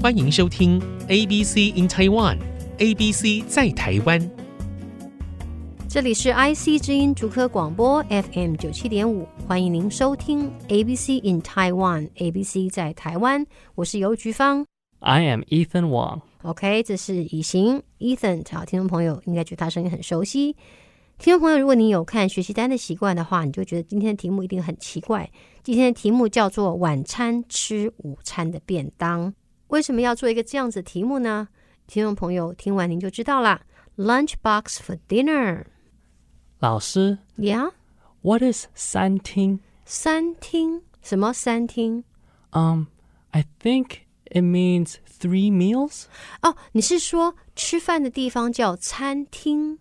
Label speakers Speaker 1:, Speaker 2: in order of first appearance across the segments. Speaker 1: 欢迎收听 ABC in Taiwan。ABC 在台湾，
Speaker 2: 这里是 IC 之音竹科广播 FM 九七点五，欢迎您收听 ABC in Taiwan。ABC 在台湾，我是邮局方。
Speaker 3: I am Ethan Wong。
Speaker 2: OK，这是以行 Ethan，好，听众朋友应该觉得他声音很熟悉。听众朋友，如果你有看学习单的习惯的话，你就觉得今天的题目一定很奇怪。今天的题目叫做“晚餐吃午餐的便当”，为什么要做一个这样子的题目呢？听众朋友听完您就知道啦。Lunch box for dinner，
Speaker 3: 老师
Speaker 2: 呀、yeah?，
Speaker 3: ，What is 餐厅
Speaker 2: 餐厅什么餐厅？
Speaker 3: ？Um, I think it means three meals.
Speaker 2: 哦，你是说吃饭的地方叫餐厅？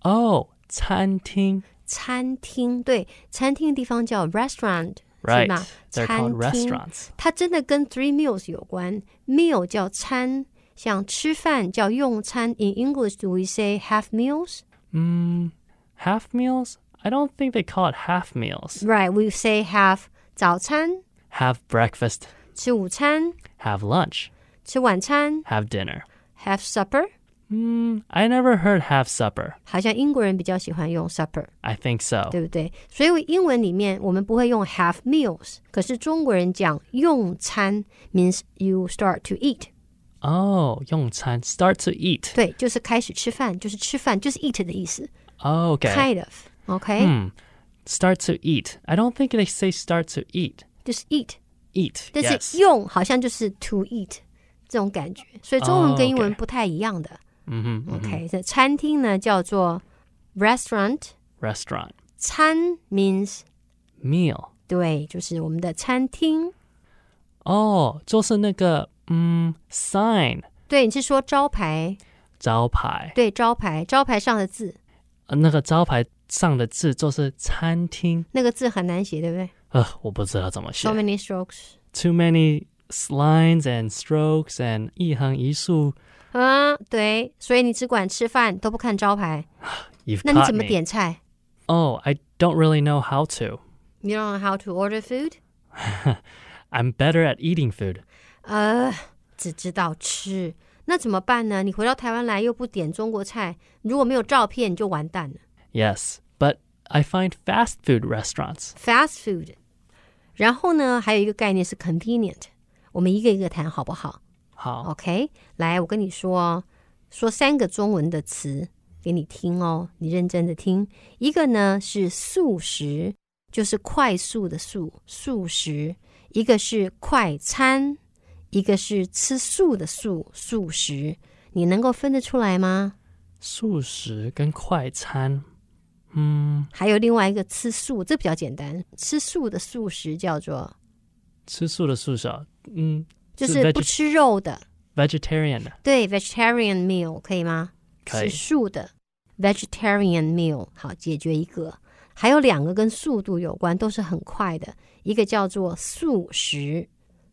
Speaker 3: Oh, 餐厅
Speaker 2: 餐厅对，餐厅的地方叫 restaurant，是
Speaker 3: Right.
Speaker 2: 吗？
Speaker 3: They're called
Speaker 2: 餐厅
Speaker 3: restaurants.
Speaker 2: 它真的跟 three meals 有关，meal 叫餐，像吃饭叫用餐。In English, do we say have meals?
Speaker 3: Mm, half meals? I don't think they call it half meals.
Speaker 2: Right, we say have 早餐、
Speaker 3: Have breakfast,
Speaker 2: 吃午餐、
Speaker 3: have lunch,
Speaker 2: 吃晚餐
Speaker 3: have dinner.
Speaker 2: ，have supper。
Speaker 3: Mm, I never heard have supper.
Speaker 2: 好像英国人比较喜欢用 supper，
Speaker 3: I think so.
Speaker 2: 对不对？所以英文里面我们不会用 have meals，可是中国人讲用餐 means you start to eat。
Speaker 3: Oh, 用餐 start to eat.
Speaker 2: 对，就是开始吃饭，就是吃饭，就是 eat 的意思
Speaker 3: Oh, okay.
Speaker 2: ，kind of。OK，、
Speaker 3: Hmm. Start to eat. I don't think they say start to eat.
Speaker 2: 就是 eat，
Speaker 3: Eat.
Speaker 2: 但
Speaker 3: yes.
Speaker 2: 是用好像就是 to eat 这种感觉，所以中文
Speaker 3: 哦
Speaker 2: 跟英文
Speaker 3: OK
Speaker 2: 不太一样的。
Speaker 3: 嗯哼
Speaker 2: OK，这餐厅呢叫做 restaurant，
Speaker 3: restaurant
Speaker 2: 餐 means
Speaker 3: meal
Speaker 2: 对，就是我们的餐厅。
Speaker 3: Oh, 哦，就是那个嗯 sign
Speaker 2: 对，你是说招牌？对，招牌，招牌上的字，
Speaker 3: 招牌，那个招牌上的字就是餐厅。呃，我不知道怎么
Speaker 2: 那个字很难写，
Speaker 3: 写。
Speaker 2: 对不对？So many strokes。
Speaker 3: Too many s- lines and strokes and 一横一竖。
Speaker 2: 嗯，对，所以你只管吃饭，都不看招牌，
Speaker 3: You've
Speaker 2: 那你
Speaker 3: caught
Speaker 2: 怎么
Speaker 3: me.
Speaker 2: 点菜
Speaker 3: Oh, I don't really know how to.
Speaker 2: ？You don't know how to order food？
Speaker 3: I'm better at eating food.
Speaker 2: 呃，只知道吃，那怎么办呢？你回到台湾来又不点中国菜，如果没有照片，你就完蛋了。
Speaker 3: Yes, but I find fast food restaurants.
Speaker 2: Fast food，然后呢，还有一个概念是 convenient，我们一个一个谈好不好
Speaker 3: 好，
Speaker 2: ？OK，来，我跟你说哦，说三个中文的词给你听哦，你认真的听。一个呢是速食，就是快速的速速食；一个是快餐，一个是吃素的素素食。你能够分得出来吗？
Speaker 3: 素食跟快餐。嗯，
Speaker 2: 还有另外一个吃素，这比较简单。吃素的素食叫做
Speaker 3: 吃素的素食啊，嗯，
Speaker 2: 就是是不
Speaker 3: veg-
Speaker 2: 吃肉的，
Speaker 3: vegetarian 的，
Speaker 2: 对，vegetarian meal 可以吗？
Speaker 3: 可以
Speaker 2: 吃素的 vegetarian meal 好，解决一个。还有两个跟速度有关，都是很快的，一个叫做速食，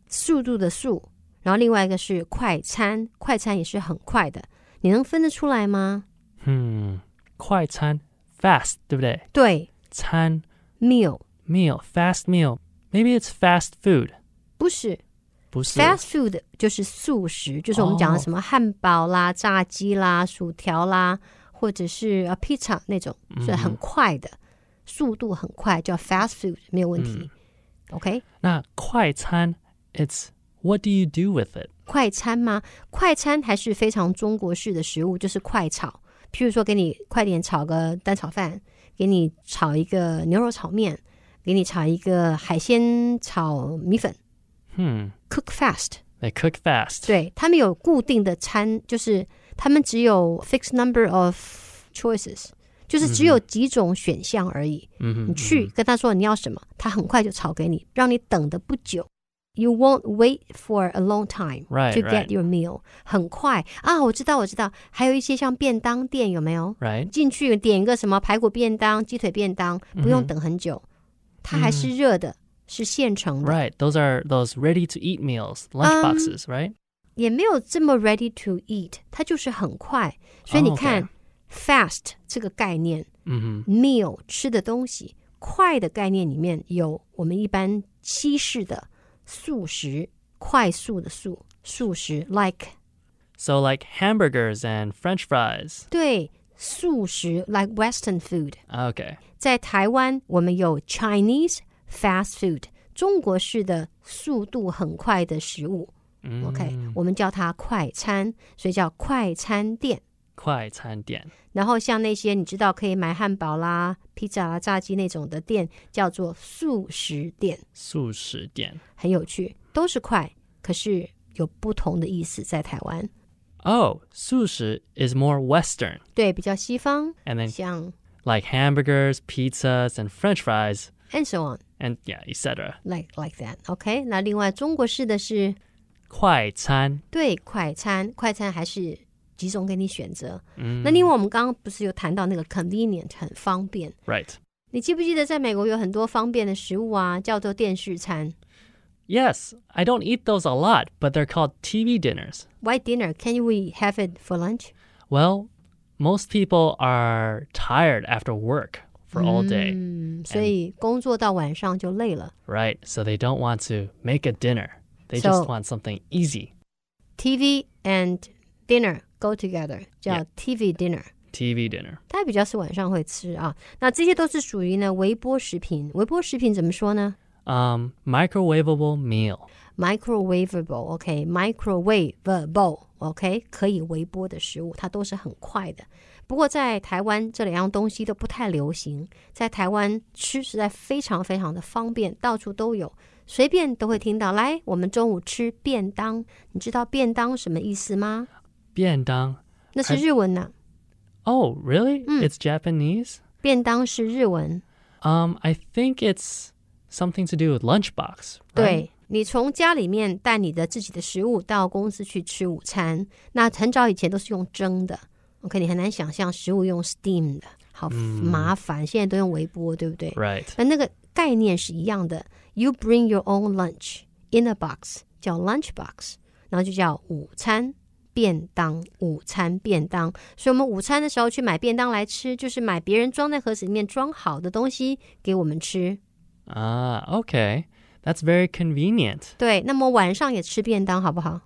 Speaker 2: 速度的速，然后另外一个是快餐，快餐也是很快的，你能分得出来吗？
Speaker 3: 嗯，快餐 fast 对不对？
Speaker 2: 对
Speaker 3: 餐
Speaker 2: ，meal
Speaker 3: meal fast meal，maybe it's fast food，
Speaker 2: 不是
Speaker 3: 不是
Speaker 2: fast food 就是速食，就是我们讲的
Speaker 3: 哦
Speaker 2: 什么汉堡啦、炸鸡啦、薯条啦，或者是呃 pizza 那种，
Speaker 3: 嗯
Speaker 2: 所以很快的，速度很快，叫 fast food 没有问题。OK，
Speaker 3: 嗯那快餐 it's what do you do with it？
Speaker 2: 快餐吗？快餐还是非常中国式的食物，就是快炒，譬如说给你快点炒个蛋炒饭，给你炒一个牛肉炒面，给你炒一个海鲜炒米粉
Speaker 3: 嗯
Speaker 2: ，cook fast。
Speaker 3: ，they cook fast，
Speaker 2: 对他们有固定的餐，就是他们只有 fixed number of choices，就是只有几种选项而已。
Speaker 3: 嗯哼，
Speaker 2: 你去跟他说你要什么，他很快就炒给你，让你等的不久。You won't wait for a long time
Speaker 3: Right,
Speaker 2: to get
Speaker 3: right.
Speaker 2: your meal，、很快啊！我知道，我知道，还有一些像便当店有没有？
Speaker 3: right，
Speaker 2: 进去点一个什么排骨便当、鸡腿便当，不
Speaker 3: 嗯
Speaker 2: 用等很久，它还是热的，是现成的。
Speaker 3: right those are those ready to eat meals lunch
Speaker 2: Um,
Speaker 3: boxes right
Speaker 2: 也没有这么 ready to eat，它就是很快。所以你看、
Speaker 3: 哦
Speaker 2: fast 这个概念
Speaker 3: 嗯哼
Speaker 2: ，meal 吃的东西，快的概念里面有我们一般西式的素食，快速的速素食 like
Speaker 3: So, like hamburgers and french fries.
Speaker 2: 对素食 like Western food。
Speaker 3: Okay.
Speaker 2: 在台湾，我们有 Chinese fast food，中国式的速度很快的食物。OK，我们叫它快餐，所以叫快餐店。
Speaker 3: 快餐店.
Speaker 2: 然后像那些你知道可以买汉堡啦、披萨啦、炸鸡那种的店，叫做素食店，
Speaker 3: 素食店.
Speaker 2: 很有趣，都是快，可是有不同的意思。在台湾，
Speaker 3: Oh, sushi is more Western.
Speaker 2: 对比较西方，
Speaker 3: And then
Speaker 2: 像
Speaker 3: like hamburgers, pizzas, and french fries,
Speaker 2: and so on
Speaker 3: and yeah, etc.
Speaker 2: like like that。OK，那另外中国式的是
Speaker 3: 快餐.
Speaker 2: 对快餐，快餐还是几种给你选择。那另外我们刚刚不是有谈到那个 convenient 很方便，
Speaker 3: Right.
Speaker 2: 你记不记得在美国有很多方便的食物啊，叫做电视餐。
Speaker 3: Yes, I don't eat those a lot, but they're called TV dinners.
Speaker 2: White dinner, can we have it for lunch?
Speaker 3: Well, most people are tired after work for all day,
Speaker 2: 嗯，所以工作到晚上就累了。
Speaker 3: right? So they don't want to make a dinner. They
Speaker 2: So-
Speaker 3: just want something easy.
Speaker 2: TV and dinner go together，叫
Speaker 3: Yeah.
Speaker 2: TV dinner。
Speaker 3: TV dinner.
Speaker 2: 它比较是晚上会吃啊。那这些都是属于呢微波食品。微波食品怎么说呢
Speaker 3: Um, microwavable meal.
Speaker 2: ？Microwavable，OK，microwavable，OK，、可以微波的食物，它都是很快的。不过在台湾这两样东西都不太流行，在台湾吃实在非常非常的方便，到处都有，随便都会听到。来，我们中午吃便当，你知道便当什么意思吗？
Speaker 3: 便当.
Speaker 2: 那是日文呐、
Speaker 3: Oh, really? It's Japanese?
Speaker 2: 便当是日文。
Speaker 3: Um, I think it's something to do with lunchbox, right?
Speaker 2: 对你从家里面带你的自己的食物到公司去吃午餐，那很早以前都是用蒸的，OK，你很难想象食物用 steam 的，好麻烦。现在都用微波，对不对？
Speaker 3: Right.
Speaker 2: 那那个概念是一样的。You bring your own lunch in a box，叫 lunch box，然后就叫午餐便当，午餐便当。所以我们午餐的时候去买便当来吃，就是买别人装在盒子里面装好的东西给我们吃。
Speaker 3: Ah, okay. That's very convenient.
Speaker 2: 对，那么晚上也吃便当好不好？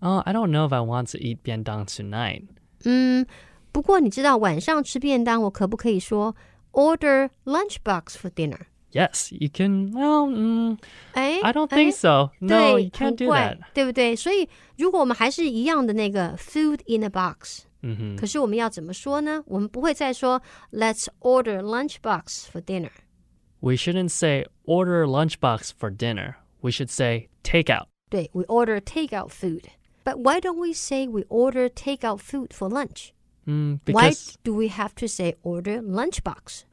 Speaker 3: Oh, I don't know if I want to eat biendang tonight.
Speaker 2: 嗯，不过你知道晚上吃便当，我可不可以说 order lunch box for dinner？
Speaker 3: Yes, you can. Well, mm,
Speaker 2: 哎
Speaker 3: I don't
Speaker 2: 哎
Speaker 3: think so. No,
Speaker 2: 对
Speaker 3: you can't
Speaker 2: 很
Speaker 3: do
Speaker 2: 怪
Speaker 3: that.
Speaker 2: 对不对？所以如果我们还是一样的那个 food in a box，、
Speaker 3: hmm
Speaker 2: 可是我们要怎么说呢？我们不会再说 let's order lunch box for dinner。
Speaker 3: We shouldn't say order lunchbox for dinner. We should say takeout.
Speaker 2: 对，we order takeout food。But why don't we say we order takeout food for lunch?
Speaker 3: Mm,
Speaker 2: Why
Speaker 3: because,
Speaker 2: do we have to say order lunch box?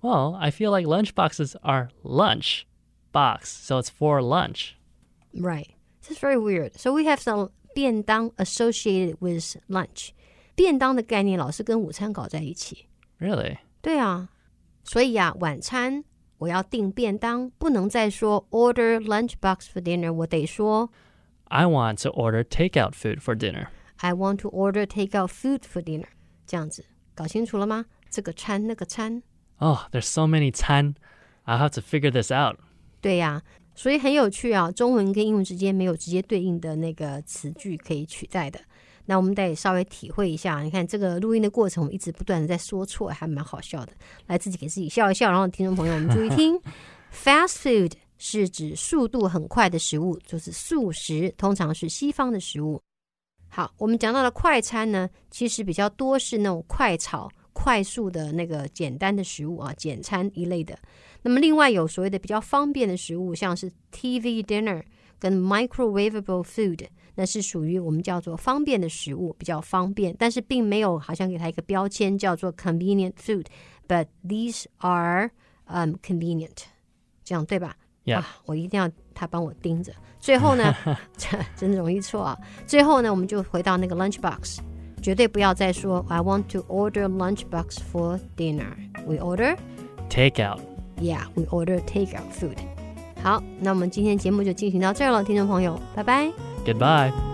Speaker 3: well, I feel like lunchboxes are lunch box, so it's for lunch.
Speaker 2: Right. That's very weird. So we have some 便当 associated with lunch. 便当的概念老是跟午餐搞在一起。
Speaker 3: Really?
Speaker 2: 对啊，所以啊，晚餐我要订便当，不能再说 order lunch box for dinner，我得说
Speaker 3: I want to order takeout food for dinner.
Speaker 2: I want to order takeout food for dinner。这样子搞清楚了吗？这个餐那个餐，
Speaker 3: Oh, there's so many tan. I'll have to figure this out.
Speaker 2: 对呀、所以很有趣啊，中文跟英文之间没有直接对应的那个词句可以取代的。那我们得稍微体会一下，啊你看这个录音的过程，我们一直不断的在说错，还蛮好笑的。来，自己给自己笑一笑，然后听众朋友我们注意听，fast food 是指速度很快的食物，就是速食，通常是西方的食物。好，我们讲到了快餐呢，其实比较多是那种快炒、快速的那个简单的食物啊，简餐一类的。那么另外有所谓的比较方便的食物，像是 TV dinner 跟 microwavable food，那是属于我们叫做方便的食物，比较方便，但是并没有好像给它一个标签叫做 convenient food。But these are um convenient，这样对吧
Speaker 3: Yeah
Speaker 2: 啊，我一定要他帮我盯着。最后呢，这真容易错啊。最后呢，我们就回到那个 lunch box。绝对不要再说 "I want to order lunch box for dinner." We order
Speaker 3: Takeout.
Speaker 2: Yeah, we order takeout food. 好，那我们今天节目就进行到这儿了，听众朋友，拜拜。
Speaker 3: Goodbye.